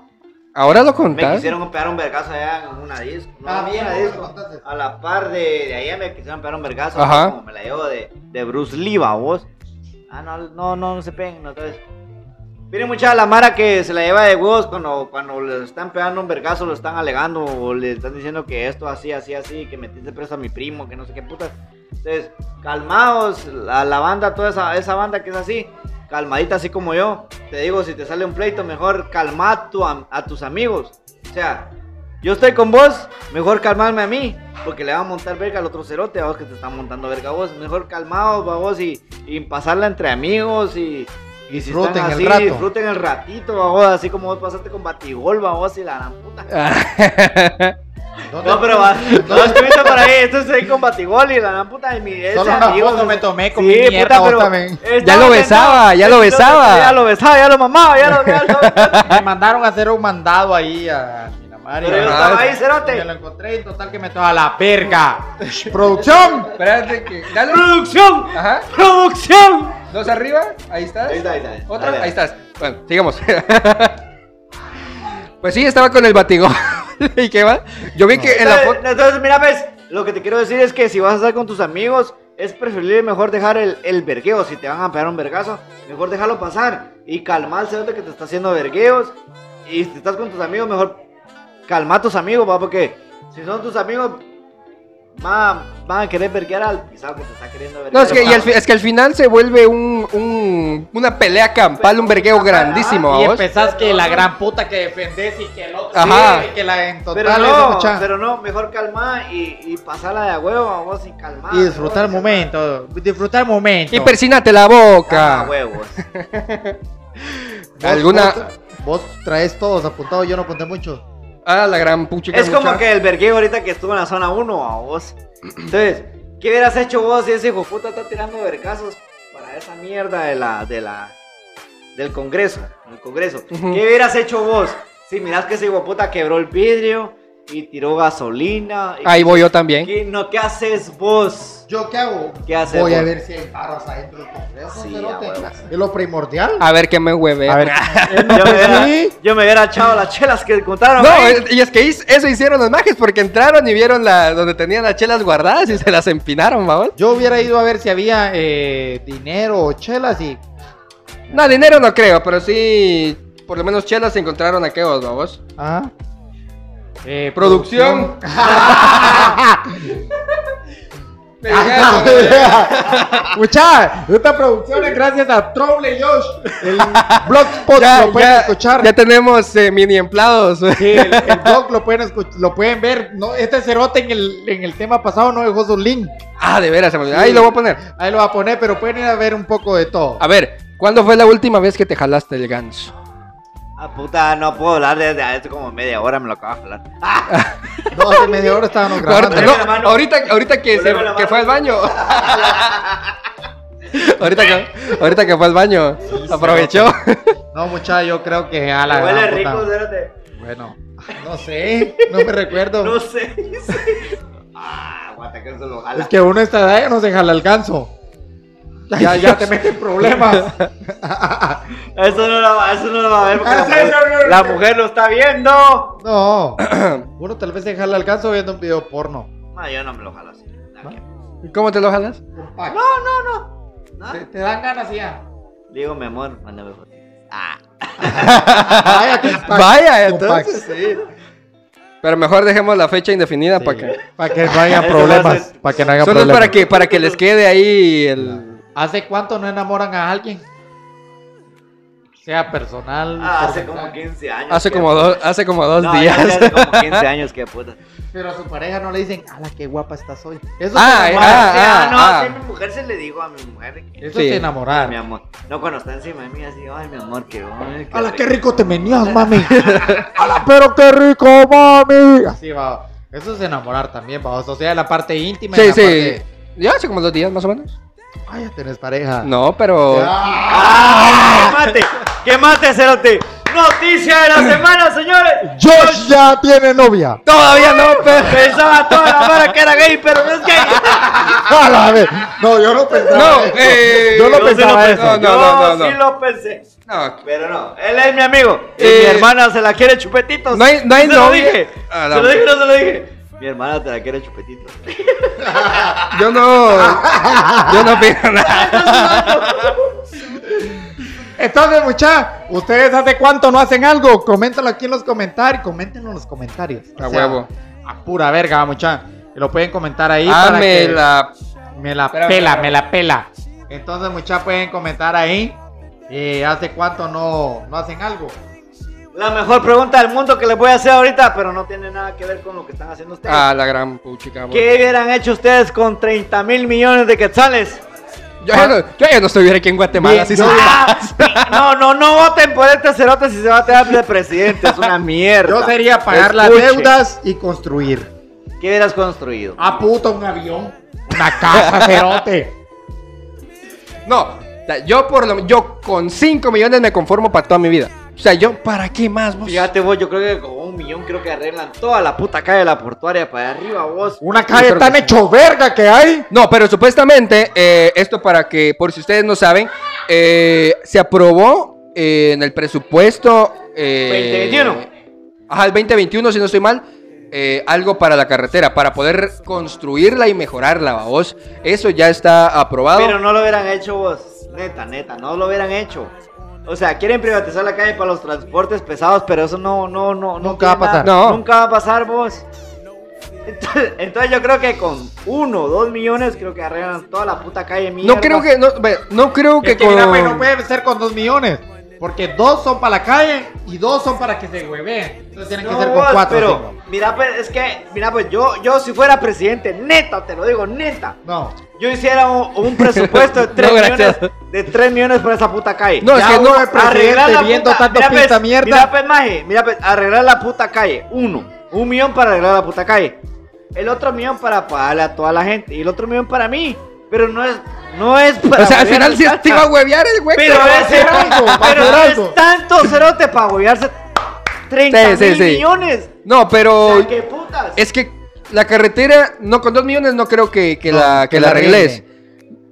Speaker 3: Ahora lo
Speaker 5: Me
Speaker 3: contás.
Speaker 5: quisieron pegar un vergazo allá en una disco. No,
Speaker 2: Ah,
Speaker 5: a mí en la
Speaker 2: bueno,
Speaker 5: disco.
Speaker 2: contaste.
Speaker 5: A la par de, de allá me quisieron pegar un vergazo.
Speaker 3: Ajá.
Speaker 5: ¿no? Como me la llevo de, de Bruce Lee, ¿va vos. Ah, no, no, no, no se peguen. No, entonces. Miren, mucha la mara que se la lleva de huevos cuando, cuando le están pegando un vergazo, lo están alegando o le están diciendo que esto así, así, así, que metiste preso a mi primo, que no sé qué putas. Entonces, calmaos, la, la banda, toda esa, esa banda que es así, calmadita así como yo. Te digo, si te sale un pleito, mejor calma tu am- a tus amigos. O sea, yo estoy con vos, mejor calmarme a mí, porque le va a montar verga al otro cerote, a vos que te están montando verga a vos. Mejor calmaos, va vos, y, y pasarla entre amigos y... Y si
Speaker 2: Disfruten
Speaker 5: están
Speaker 2: el
Speaker 5: así,
Speaker 2: rato.
Speaker 5: disfruten el ratito, va vos, así como vos pasaste con Batigol, va vos, y la gran puta.
Speaker 2: Eh.
Speaker 3: Ah,
Speaker 2: ¿Dónde-
Speaker 5: No, pero va, no estuviste por ahí, esto es ahí con Batigol y la gran puta de mi ese
Speaker 2: Solo una
Speaker 5: amigo,
Speaker 2: foto
Speaker 5: ese-
Speaker 2: me tomé con mi mierda, vos también.
Speaker 5: estaba
Speaker 3: Ya lo
Speaker 5: sentado,
Speaker 3: besaba, ya lo
Speaker 5: entonces,
Speaker 3: besaba.
Speaker 5: Ya lo besaba, ya lo mamaba, ya <laughs> lo, ya lo-
Speaker 2: Me mandaron a hacer un mandado ahí a Minamar. y
Speaker 5: Pero yo
Speaker 2: a-
Speaker 5: estaba ahí, cerote.
Speaker 2: Me lo encontré y total que me toda la verga. ¡Producción!
Speaker 3: <laughs> Espérate que. Dale.
Speaker 5: ¡Producción!
Speaker 3: Ajá.
Speaker 5: ¡Producción!
Speaker 3: Dos arriba, ahí estás.
Speaker 5: Ahí está, ahí está.
Speaker 3: Otra,
Speaker 5: Dale,
Speaker 3: ahí
Speaker 5: dale.
Speaker 3: estás. Bueno, sigamos. <laughs> pues sí, estaba con el batigón. <laughs> ¿Y qué va? Yo vi que en la
Speaker 5: Entonces,
Speaker 3: foto.
Speaker 5: entonces, mira, ves, lo que te quiero decir es que si vas a estar con tus amigos, es preferible mejor dejar el, el vergueo. Si te van a pegar un vergazo, mejor déjalo pasar y calmar al cerote que te está haciendo vergueos. Y si estás con tus amigos, mejor calma a tus amigos, va, porque si son tus amigos, va- van a querer verguear al pisado que te está queriendo verguear.
Speaker 3: No,
Speaker 5: Ah,
Speaker 3: es que, y al
Speaker 5: al
Speaker 3: fi- es que al final se vuelve un, un- una pelea campal, un vergueo grandísimo.
Speaker 2: <laughs> Ah, Y
Speaker 3: ¿vos?
Speaker 2: empezás que la gran puta que defendés y que el otro.
Speaker 3: Ajá.
Speaker 2: Sí, y que la en total
Speaker 5: Pero
Speaker 2: esa
Speaker 5: no,
Speaker 2: mucha-
Speaker 5: pero no, mejor calmar y, y pasarla de a huevo, va, vos, y calmar.
Speaker 2: Y disfrutar el
Speaker 5: Ah,
Speaker 2: momento. Disfrutar el momento.
Speaker 3: Y persínate la
Speaker 5: A
Speaker 3: boca.
Speaker 2: <laughs>
Speaker 5: huevos.
Speaker 2: Vos-
Speaker 3: Alguna.
Speaker 2: Vos, vos traes todos apuntados, yo no apunté muchos.
Speaker 3: Ah, la gran puchica.
Speaker 5: Es como
Speaker 3: mucha.
Speaker 5: que el vergueo ahorita que estuvo en la zona 1 a vos. Entonces, ¿qué hubieras hecho vos si ese hijo de puta está tirando vergazos para esa mierda de la, de la, del Congreso? El Congreso.
Speaker 3: Ujú.
Speaker 5: ¿Qué hubieras hecho vos si mirás que ese hijo de puta quebró el vidrio y tiró gasolina? y-
Speaker 3: Ahí voy yo también.
Speaker 5: ¿Qué, no, ¿qué haces
Speaker 2: <laughs>
Speaker 5: vos?
Speaker 2: ¿Yo qué hago?
Speaker 5: ¿Qué haces
Speaker 2: Voy a
Speaker 5: vos?
Speaker 2: ver si hay barras adentro del Congreso.
Speaker 5: Sí,
Speaker 2: cerote.
Speaker 5: a huevo.
Speaker 2: es lo primordial.
Speaker 3: A ver qué me hueve.
Speaker 5: Yo me, hubiera, yo me hubiera echado las chelas que contaron.
Speaker 3: No,
Speaker 2: eh,
Speaker 5: ahí.
Speaker 3: es- y es que hiz- eso hicieron los majes porque entraron y vieron la, donde tenían las chelas guardadas y se las empinaron, vamos.
Speaker 2: Yo hubiera ido a ver si había eh, dinero o chelas y
Speaker 3: No, dinero no creo, pero sí. Por lo menos chelas se encontraron aquellos, babos.
Speaker 2: Ah. Eh,
Speaker 3: <laughs> Producción. Ah,
Speaker 2: <laughs> Mucha, Ah, esta producción es gracias a Trouble Josh. El blogspot
Speaker 3: ya,
Speaker 2: lo pueden
Speaker 3: ya-
Speaker 2: escuchar.
Speaker 3: ya tenemos eh, mini empleados. <laughs>
Speaker 2: Sí, el, el blog lo pueden escuch- lo pueden ver. No, este cerote en el, en el tema pasado no dejó su link.
Speaker 3: ah, de veras, se me olvidó. Ahí lo voy a poner.
Speaker 2: Ahí lo va a poner, pero pueden ir a ver un poco de todo.
Speaker 3: A ver, ¿cuándo fue la última vez que te jalaste el ganso?
Speaker 5: Ah, puta, no puedo hablar desde hace como media hora, me lo acabo de hablar.
Speaker 2: <laughs> No, hace media hora
Speaker 3: <laughs>
Speaker 2: estábamos grabando.
Speaker 3: Ahorita- no,
Speaker 5: la mano.
Speaker 3: ahorita, ahorita que, se-
Speaker 5: Poneme la
Speaker 3: que
Speaker 5: mano.
Speaker 3: fue al baño.
Speaker 5: <laughs>
Speaker 3: <laughs> ahorita, que, ahorita que fue al baño. Aprovechó.
Speaker 2: No, mucha, yo creo que a la
Speaker 5: Huele
Speaker 2: gran
Speaker 5: rico,
Speaker 2: puta.
Speaker 5: espérate.
Speaker 2: Bueno, no sé, no me recuerdo.
Speaker 5: No sé. <laughs> ah, aguanta que se lo jala.
Speaker 2: Es que uno a esta edad ya no se jala el ganso. Ya, ya te meten problemas.
Speaker 5: Eso no lo, va- eso no lo va a ver porque la
Speaker 2: Eso
Speaker 5: mujer,
Speaker 2: no lo-
Speaker 5: la mujer lo está viendo.
Speaker 3: <clears throat>
Speaker 2: No. Uno tal vez se jala el ganso viendo un video porno.
Speaker 5: Ah, No, yo no me lo jalo así. Nada que-
Speaker 3: ¿Y <laughs> ¿Cómo te lo jalas?
Speaker 2: Pac.
Speaker 5: No, no.
Speaker 2: Te, te dan ganas y ya.
Speaker 5: Le digo, mi amor, mándame foto.
Speaker 3: <laughs>
Speaker 2: Vaya, que es Pac.
Speaker 3: Vaya,
Speaker 2: Con
Speaker 3: entonces sí. Pero mejor dejemos la fecha indefinida para que.
Speaker 2: Para que
Speaker 3: <laughs>
Speaker 2: no haya
Speaker 5: Eso va a
Speaker 2: problemas.
Speaker 5: ser-
Speaker 2: Para que no haya
Speaker 3: Solo es
Speaker 2: problemas.
Speaker 3: para que, para que les quede ahí el.
Speaker 2: ¿Hace cuánto no enamoran a alguien? Sea personal.
Speaker 5: Ah, hace
Speaker 2: porcentaje.
Speaker 5: como 15 años.
Speaker 3: Hace
Speaker 5: que-
Speaker 3: como dos, hace como dos
Speaker 5: No,
Speaker 3: <laughs>
Speaker 5: ya
Speaker 3: días.
Speaker 5: hace como 15 años, que puta.
Speaker 2: Pero a su pareja no le dicen, ala, qué guapa estás hoy. Eso
Speaker 3: Ah,
Speaker 2: es enamorar.
Speaker 3: ah, ah,
Speaker 5: Ah, no,
Speaker 3: ah.
Speaker 5: sí, mi mujer se le digo a mi mujer. que-
Speaker 2: Eso
Speaker 3: sí.
Speaker 2: es enamorar.
Speaker 5: Mi amor. No, cuando está encima de mí, así, ay, mi amor, que ay, qué
Speaker 2: ¡Hala, qué
Speaker 5: rico".
Speaker 2: rico te menías, <laughs> mami! ¡Hala, pero qué rico, mami! Así va. Eso es enamorar también, va. O sea, la parte íntima. y
Speaker 3: Sí,
Speaker 2: la
Speaker 3: sí.
Speaker 2: parte-
Speaker 3: Ya hace como dos días más o menos.
Speaker 2: Ay, ya tenés pareja.
Speaker 3: No, pero.
Speaker 2: Ah,
Speaker 5: ¡Ah! ¡Qué mate! ¡Qué mate, Cerote! ¡Noticia de la semana, señores!
Speaker 2: Josh ya tiene novia.
Speaker 3: Todavía no, pero.
Speaker 5: Pensaba toda la vara que era gay, pero no es gay.
Speaker 2: A la vez. No, yo <laughs> no pensaba.
Speaker 3: <laughs> No,
Speaker 2: eso.
Speaker 3: eh,
Speaker 2: Yo no
Speaker 5: Yo sí
Speaker 2: pensaba
Speaker 5: lo
Speaker 2: eso.
Speaker 5: pensé.
Speaker 3: No, no, no, no,
Speaker 5: Yo
Speaker 3: no.
Speaker 5: sí lo pensé.
Speaker 3: No,
Speaker 5: Pero no, él es mi amigo. Y
Speaker 3: Eh,
Speaker 5: mi hermana se la quiere chupetitos.
Speaker 3: no hay- no hay
Speaker 5: se lo
Speaker 3: novia.
Speaker 5: dije.
Speaker 3: A la
Speaker 5: Se lo dije,
Speaker 3: madre.
Speaker 5: no se lo dije. Mi hermana te la quiere chupetitos.
Speaker 3: Yo no. Yo no <laughs> pido nada.
Speaker 2: Entonces, mucha, ¿ustedes hace cuánto no hacen algo? Coméntalo aquí en los comentarios. Coméntenlo en los comentarios. O
Speaker 3: A
Speaker 2: sea,
Speaker 3: huevo.
Speaker 2: A pura verga, mucha. Y lo pueden comentar ahí. para
Speaker 3: Ame
Speaker 2: que
Speaker 3: la.
Speaker 2: Me la
Speaker 3: Espérame,
Speaker 2: pela,
Speaker 3: espérame.
Speaker 2: me la pela. Entonces, mucha, pueden comentar ahí. eh, ¿Hace cuánto no, no hacen algo?
Speaker 5: La mejor pregunta del mundo que les voy a hacer ahorita, pero no tiene nada que ver con lo que están haciendo ustedes.
Speaker 3: A la gran puchica. bo-
Speaker 5: ¿Qué hubieran hecho ustedes con 30 mil millones de quetzales?
Speaker 3: Yo ya, no, yo ya no estuviera aquí en Guatemala.
Speaker 2: Bien,
Speaker 3: sí,
Speaker 2: yo-
Speaker 3: sí.
Speaker 5: Ah, no, no, no voten por este cerote si se va a quedar de presidente. Es una mierda.
Speaker 2: Yo sería pagar las
Speaker 5: Escuche,
Speaker 2: deudas y construir.
Speaker 5: ¿Qué hubieras construido?
Speaker 2: Ah, puta, un avión. Una casa, cerote.
Speaker 3: No, o sea, yo por lo yo con 5 millones me conformo para toda mi vida. O sea, yo, ¿para qué más vos?
Speaker 5: Fíjate vos, yo creo que con un millón creo que arreglan toda la puta calle de la portuaria para arriba vos.
Speaker 2: Una
Speaker 3: Yo
Speaker 2: calle
Speaker 3: creo
Speaker 2: tan
Speaker 3: que sí.
Speaker 2: hecho verga que hay.
Speaker 3: No, pero supuestamente, eh, esto para que, por si ustedes no saben, eh, se aprobó eh, en el presupuesto. eh,
Speaker 5: 2021.
Speaker 3: Ajá, el 2021, si no estoy mal. eh, algo para la carretera, para poder construirla y mejorarla, vos. Eso ya está aprobado.
Speaker 5: Pero no lo hubieran hecho vos. Neta, neta, no lo hubieran hecho. O sea, quieren privatizar la calle para los transportes pesados, pero eso no, no, no. no
Speaker 2: Nunca va a
Speaker 5: tiene
Speaker 2: pasar.
Speaker 5: nada.
Speaker 3: No.
Speaker 5: Nunca va a pasar vos. Entonces, entonces yo creo que con uno, dos millones creo que arreglan toda la puta calle mierda.
Speaker 3: No creo que, no, ve, no creo que,
Speaker 2: Es que mira,
Speaker 3: con-
Speaker 2: güey, no puede ser con dos millones. Porque dos son para la calle y dos son para que se hueveen. Entonces tienen que
Speaker 5: No,
Speaker 2: ser con
Speaker 5: vos,
Speaker 2: cuatro.
Speaker 5: pero
Speaker 2: cinco.
Speaker 5: mira pues es que mira pues yo yo si fuera presidente neta te lo digo neta
Speaker 2: No.
Speaker 5: yo hiciera
Speaker 3: <laughs>
Speaker 5: un, un presupuesto de 3 millones
Speaker 3: gracias.
Speaker 5: de 3 millones para esa puta calle
Speaker 3: No, es
Speaker 2: Ya
Speaker 3: que
Speaker 2: uno
Speaker 3: no,
Speaker 2: de
Speaker 5: arreglar
Speaker 2: presidente
Speaker 5: la
Speaker 2: viendo
Speaker 5: puta,
Speaker 2: tanto
Speaker 5: mira,
Speaker 2: pinta
Speaker 5: pues,
Speaker 2: mierda.
Speaker 5: Mira, pues, maje, mira, pues, arreglar la puta calle. Uno, un millón para arreglar la puta calle. El otro millón para pagarle a toda la gente. Y el otro millón para mí. Pero no es, no es para.
Speaker 3: O sea, al
Speaker 5: huevear
Speaker 3: final sí
Speaker 5: tanta.
Speaker 3: te iba a huevear el güey.
Speaker 5: Pero,
Speaker 2: va a
Speaker 5: es-
Speaker 2: hacer algo, va a
Speaker 5: pero
Speaker 2: hacer
Speaker 5: no
Speaker 2: algo.
Speaker 5: es tanto cerote para huevearse
Speaker 3: Sí,
Speaker 5: 30
Speaker 3: sí,
Speaker 5: mil
Speaker 3: sí.
Speaker 5: millones.
Speaker 3: No, pero
Speaker 5: O sea, ¿qué putas?
Speaker 3: es que la carretera, no, con dos millones no creo que, que
Speaker 2: No,
Speaker 3: la, que
Speaker 2: que
Speaker 3: la
Speaker 2: la
Speaker 3: arregles.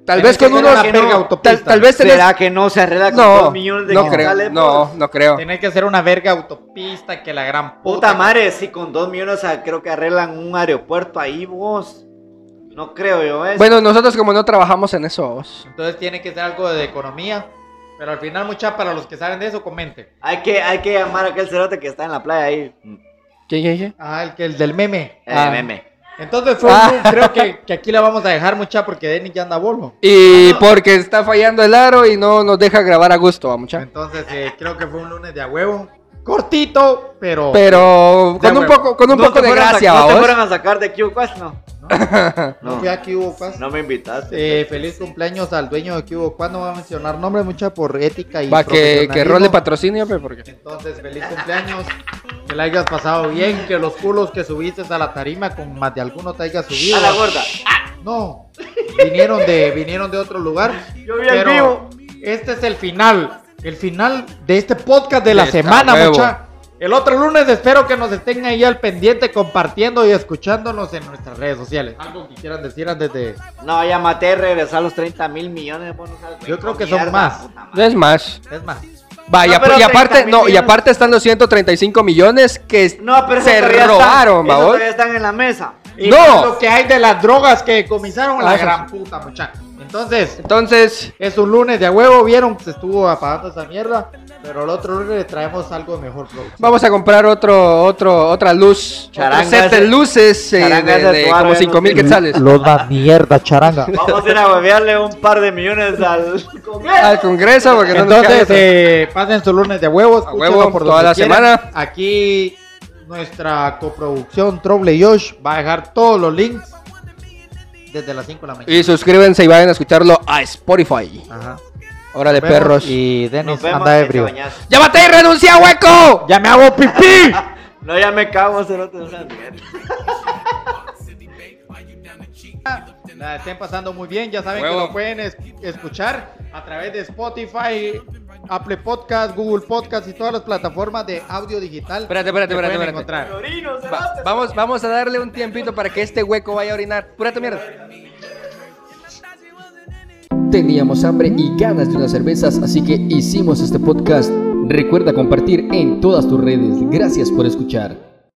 Speaker 3: Tal
Speaker 2: Tiene
Speaker 3: vez
Speaker 2: que
Speaker 3: con
Speaker 2: ser
Speaker 3: unos...
Speaker 2: una
Speaker 3: que
Speaker 2: verga
Speaker 3: no-
Speaker 2: autopista.
Speaker 3: tal, tal vez tenés...
Speaker 5: ¿Será que no se arregla con
Speaker 3: No,
Speaker 5: 2 millones de
Speaker 3: no creo,
Speaker 5: quetzales,
Speaker 3: no,
Speaker 5: pues?
Speaker 3: no creo.
Speaker 2: Tiene que ser una verga autopista que la gran
Speaker 5: Puta madre, si con 2 millones o sea, creo que arreglan un aeropuerto ahí vos. No creo yo eso.
Speaker 3: Bueno, nosotros como no trabajamos en eso, vos.
Speaker 2: Entonces tiene que ser algo de economía. Pero al final, mucha, para los que saben de eso, comenten.
Speaker 5: Hay que, hay que llamar a aquel cerote que está en la playa ahí.
Speaker 3: ¿Qué, qué, qué?
Speaker 2: Ah, el, que, el del meme.
Speaker 5: Eh,
Speaker 2: Ah.
Speaker 5: meme.
Speaker 2: Entonces, fue un- creo que, que aquí la vamos a dejar, mucha, porque Denny ya anda volvo.
Speaker 3: Y porque está fallando el aro y no nos deja grabar a gusto, va, mucha.
Speaker 2: Entonces, eh, creo que fue un lunes de a huevo. Cortito, pero.
Speaker 3: Pero con un
Speaker 2: huevo.
Speaker 3: poco, con un
Speaker 5: No
Speaker 3: poco
Speaker 5: te
Speaker 3: de
Speaker 5: fueron a-
Speaker 3: gracia,
Speaker 5: No te
Speaker 3: vos.
Speaker 5: fueron a sacar de QQuest, no.
Speaker 3: <laughs>
Speaker 2: No,
Speaker 5: No,
Speaker 2: fui a Cubo Quas.
Speaker 5: no me invitaste.
Speaker 2: Eh, feliz cumpleaños al dueño de Cubo Quas. No va a mencionar nombres, mucha, por ética y.
Speaker 3: Va, que, que
Speaker 2: profesionalismo.
Speaker 3: role patrocinio, pe, porque...
Speaker 2: Entonces, feliz cumpleaños. Que la hayas pasado bien. Que los culos que subiste a la tarima con más de alguno te hayas subido.
Speaker 5: A la gorda.
Speaker 2: No, vinieron de, vinieron de otro lugar.
Speaker 5: Yo vi al vivo.
Speaker 2: Este es el final, el final de este podcast de la
Speaker 3: Está
Speaker 2: semana,
Speaker 3: huevo.
Speaker 2: mucha. El otro lunes espero que nos estén ahí al pendiente compartiendo y escuchándonos en nuestras redes sociales. Algo que quieran decir antes de...
Speaker 5: No, ya maté, regresar los 30 mil millones. vos no sabes,
Speaker 2: Yo creo que son
Speaker 5: mierda,
Speaker 2: más.
Speaker 5: puta madre.
Speaker 3: Es más.
Speaker 2: Es más,
Speaker 3: Va, y,
Speaker 5: No,
Speaker 3: ap-
Speaker 5: pero
Speaker 3: y aparte,
Speaker 5: 30
Speaker 3: no, y
Speaker 5: millones.
Speaker 3: aparte están los 135 millones que
Speaker 5: No, pero esos
Speaker 3: se
Speaker 5: todavía están-
Speaker 3: robaron,
Speaker 5: esos
Speaker 3: va, vos.
Speaker 5: todavía están en la mesa.
Speaker 2: Y
Speaker 3: No.
Speaker 2: más lo que hay de las drogas que comisaron
Speaker 3: Ah,
Speaker 2: la
Speaker 3: eso
Speaker 2: gran puta, muchachos. Entonces,
Speaker 3: Entonces,
Speaker 2: es un lunes de a huevo, vieron, se estuvo apagando esa mierda. Pero el otro lunes le traemos algo mejor, producto.
Speaker 3: vamos a comprar otro, otro, otra luz.
Speaker 5: Charanga
Speaker 3: otro set de
Speaker 5: ese-
Speaker 3: luces eh,
Speaker 5: charanga
Speaker 3: de, eh.
Speaker 5: ese
Speaker 3: de
Speaker 5: actuar,
Speaker 3: como
Speaker 5: ¿verdad?
Speaker 3: 5 mil quetzales.
Speaker 2: Los da mierda, charanga.
Speaker 5: Vamos a ir a huevearle un par de millones al Congreso.
Speaker 3: Al Congreso, porque no nos
Speaker 2: Entonces,
Speaker 3: cabe-
Speaker 2: eh, pasen su lunes de huevos.
Speaker 3: A huevo, toda la semana.
Speaker 2: Aquí nuestra coproducción Trouble y Josh va a dejar todos los links desde las 5 de la mañana.
Speaker 3: Y suscríbanse y vayan a escucharlo a Spotify.
Speaker 2: Ajá.
Speaker 3: Órale,
Speaker 2: Nos vemos
Speaker 3: perros.
Speaker 2: Y
Speaker 5: Nos
Speaker 2: Denis
Speaker 5: vemos.
Speaker 2: anda
Speaker 5: que te
Speaker 2: ebrio.
Speaker 5: bañas.
Speaker 3: ¡Llámate y renuncia, hueco!
Speaker 2: ¡Ya me hago pipí!
Speaker 5: No, ya me cago, cerote. es una mierda.
Speaker 2: La estén pasando muy bien, ya saben que
Speaker 3: Huevo.
Speaker 2: lo pueden es- escuchar a través de Spotify, Apple Podcast, Google Podcast y todas las plataformas de audio digital.
Speaker 3: Espérate, espérate,
Speaker 2: que
Speaker 3: espérate,
Speaker 2: pueden
Speaker 3: espérate.
Speaker 2: encontrar.
Speaker 5: Orino, cerote.
Speaker 3: Va- vamos, vamos a darle un tiempito para que este hueco vaya a orinar. Púrate mierda.
Speaker 1: Teníamos hambre y ganas de unas cervezas, así que hicimos este podcast. Recuerda compartir en todas tus redes. Gracias por escuchar.